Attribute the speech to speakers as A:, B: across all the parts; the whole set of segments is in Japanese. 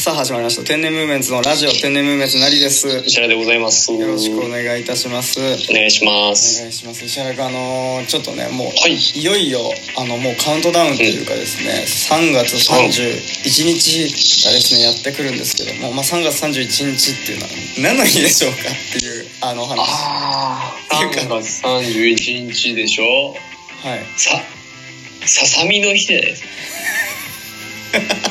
A: 始まりました天然ムーブメンツのラジオ天然ムーブメンツなりですよ
B: 石原でございます。
A: ろしくお
B: お
A: 願いいたしますお
B: 願いします。
A: 願いします石原君あのーちょっとねもう、
B: はい。
A: い、よいよあのもうカウントダウンというかですね、3月31日がですねやってくるんですけども、まあ、3月31日っていうのは何の日でしょうかっていうあのお話は
B: ああ、3月31日でしょ
A: い
B: さ、ささみの日じゃないですか。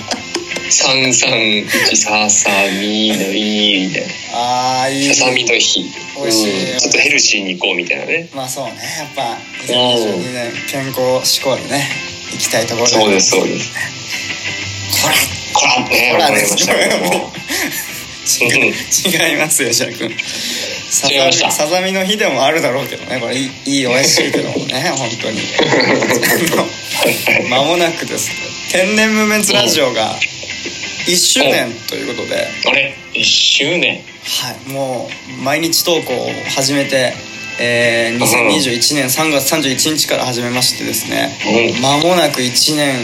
B: 三三一ささみの日みたい
A: ああいい
B: な。ささみの日。
A: 美味しいね
B: うんちょっとヘルシーに行こうみたいなね。
A: まあそうねやっぱ2022年健康志向でね行きたいところ
B: そうです、そうです。
A: こら
B: こらね、
A: こ
B: わ
A: ら
B: か
A: で
B: りますしたけども。
A: 違う 違いますよ、シャー君。さ
B: 違いました
A: さざみの日でもあるだろうけどね、これいい、いいおいしいけども ね、本当に。まもなくですね。天然ムーブメンツラジオが1周年ということで、は
B: あれ、1周年。
A: い、もう毎日投稿を始めて、えー2021年3月31日から始めましてですね、
B: うん。
A: まもなく1年、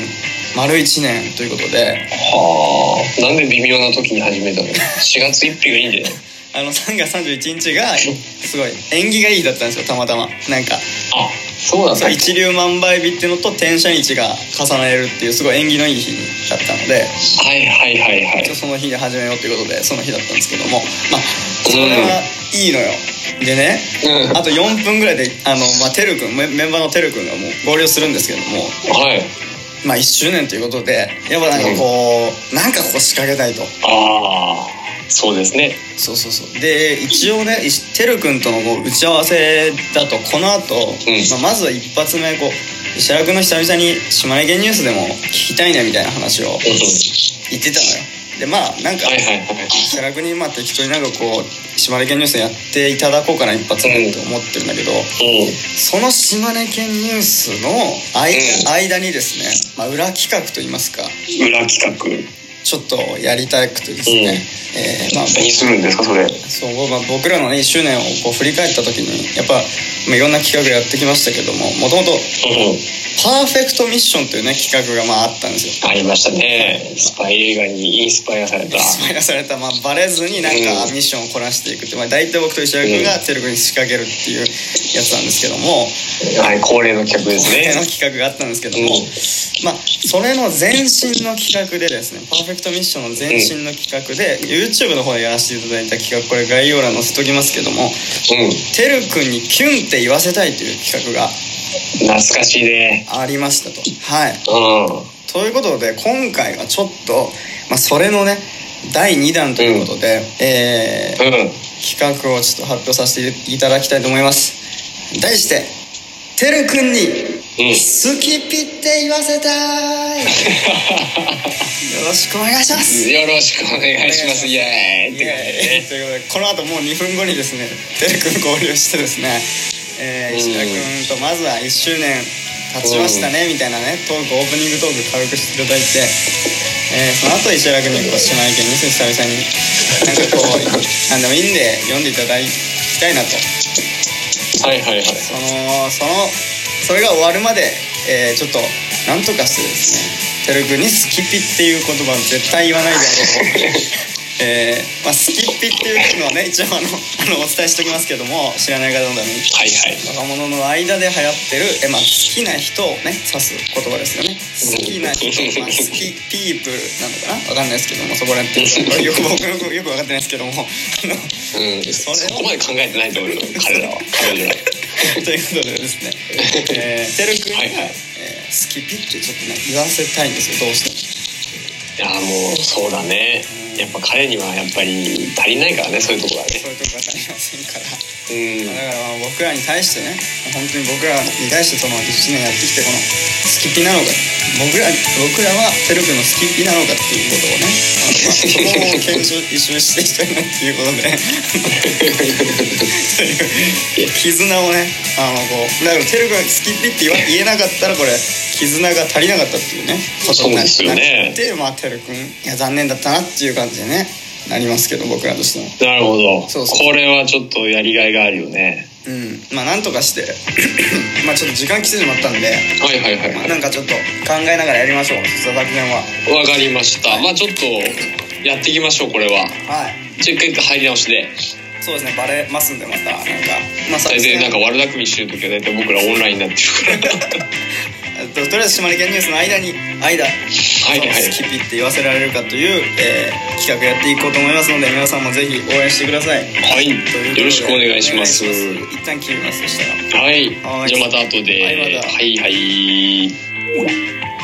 A: 丸1年ということで、
B: はあ。なんで微妙な時に始めたの ?4 月1日がいいんじゃない
A: あの3月31日がすごい縁起がいいだったんですよたまたまなんか
B: あ、そうだっ
A: そ
B: た
A: う
B: っ
A: 一
B: け
A: 粒万倍日っていうのと転写日が重なれるっていうすごい縁起のいい日だったので
B: はいはいはいは
A: 一
B: い
A: 応。その日で始めようっていうことでその日だったんですけどもまあそれはいいのよでね
B: うん。
A: あと4分ぐらいであの、まあ、てるくんメメンバーのてるくんがもう合流するんですけども
B: はい。
A: まあ1周年ということでやっぱなんかこう、なんかここ仕掛けたいと
B: ああ、そうですね。
A: そうそうそうで一応ねいしてるくんとのこう打ち合わせだとこの後、
B: ん
A: まあまずは一発目こう石原君の久々に島根県ニュースでも聞きたいねみたいな話を
B: うん
A: 言ってたのよでまあなんか
B: はいはいはい。
A: 石原君にまあ適当になんかこう島根県ニュースやっていただこうかな一発目と思ってるんだけど、
B: うん。
A: その島根県ニュースの間,、間にですね、まあ、裏企画といいますか
B: 裏企画。
A: ちょっとやりたくてですね、えーまあ
B: 何するんですか、それ。
A: そう、まあ、僕らのね1周年をこう振り返った時にやっぱ、まあ、いろんな企画やってきましたけどももともと
B: うん。
A: 「パーフェクトミッション」というね企画がまああったんですよ
B: ありましたね。スパイ映画にインスパイアされた。
A: スパイラされた、まあ、バレずになんか
B: うん
A: ミッションをこなしていくって、まあ、大体僕と石原君がテレビに仕掛けるっていうやつなんですけども
B: はい、恒例の企画です
A: こ
B: ね
A: の。企画があったんですけど
B: う
A: も、
B: ん。
A: まあ、それの前身の企画でですね「パーフェクトミッション」の前身の企画で YouTube の方でやらせていただいた企画これ概要欄載せときますけども
B: うん。
A: てるくんにキュンって言わせたいという企画が
B: 懐かしいね。
A: ありましたと。はい、
B: うん。
A: ということで今回はちょっと、まあ、それのね第2弾ということで、え
B: うん。
A: ー企画をちょっと発表させていただきたいと思います。題して「てるくんに
B: うん。
A: 好きピって言わせたい」よろしくお願いします。
B: よろしくお願いします。イエーイっ
A: イ
B: て感じ
A: エーイということでこの後もう2分後にですねてるくん合流してですね、えー、石田くんとまずは1周年経ちましたねみたいなねトークオープニングトーク軽くしていただいて、えーその後石原くんにこう島根県に久々になんかこう何でもいいんで読んでいただきたいなと
B: だね。はいはいはい。
A: そのそのそれが終わるまで、えーちょっとなんとかしてですねてるくんに「スキピ」っていう言葉を絶対言わないであろうえーまあ、スキッピっていうのはね一応あのあのお伝えしておきますけども知らない方のために
B: はい はい。
A: 若者の間で流行ってる、えまあ、好きな人をね指す言葉ですよね好きな人、まあ、好きピープルなのかなわかんないですけどもそこら辺ってこれよく僕よくよく分かってないですけどもあの
B: うん。そこまで考えてないと 思うよ、彼らは。彼女らは。
A: ということでですね、えー、てるくんが、
B: はいはい
A: えー好きピってちょっとね言わせたいんですよどうして
B: いやもうそうだねやっぱ彼にはやっぱり足りないからねそういうとこが
A: もそういうとこが足りませんからだ
B: ね
A: からまあ僕らに対してね本当に僕らに対してその1年やってきてこの好きピなのか僕ら僕らはてるくんの好きピなのかっていうことをねあのまあそこを検証一緒にしていきたいなっていうこと でそういう絆をねあのこうだからてるくんが好きピって言わ言えなかったらこれ絆が足りなかったっていうねことになっ
B: そうですよ
A: な
B: ね
A: ってまあてるくんいや残念だったなっていう感じでねなりますけど僕らとしても。
B: うんなるほど
A: そうそう
B: これはちょっとやりがいがあるよね
A: うん、まあなんとかして まあちょっと時間来てしまったんで、
B: はいはいはい
A: ま
B: は
A: あ、
B: い
A: なんかちょっと考えながらやりましょうそした作戦は
B: わかりましたまあちょっとやっていきましょうこれは
A: はい
B: チェックイン入り直しで
A: そうですねバレますんでまたなんかまあそう
B: 大
A: です
B: 体
A: ね
B: なんか悪巧みしてる時は大体僕らオンラインになってる から
A: えっととりあえず島根県ニュースの間に間
B: いはい
A: スキピって言わせられるかという、えー企画やっていこうと思いますので皆さんもぜひ応援してください
B: はい
A: ということで
B: よろしくお願いします
A: お願いします一旦切りますそしたら
B: はい
A: はい
B: じゃあまた後で
A: はいまた
B: はいはい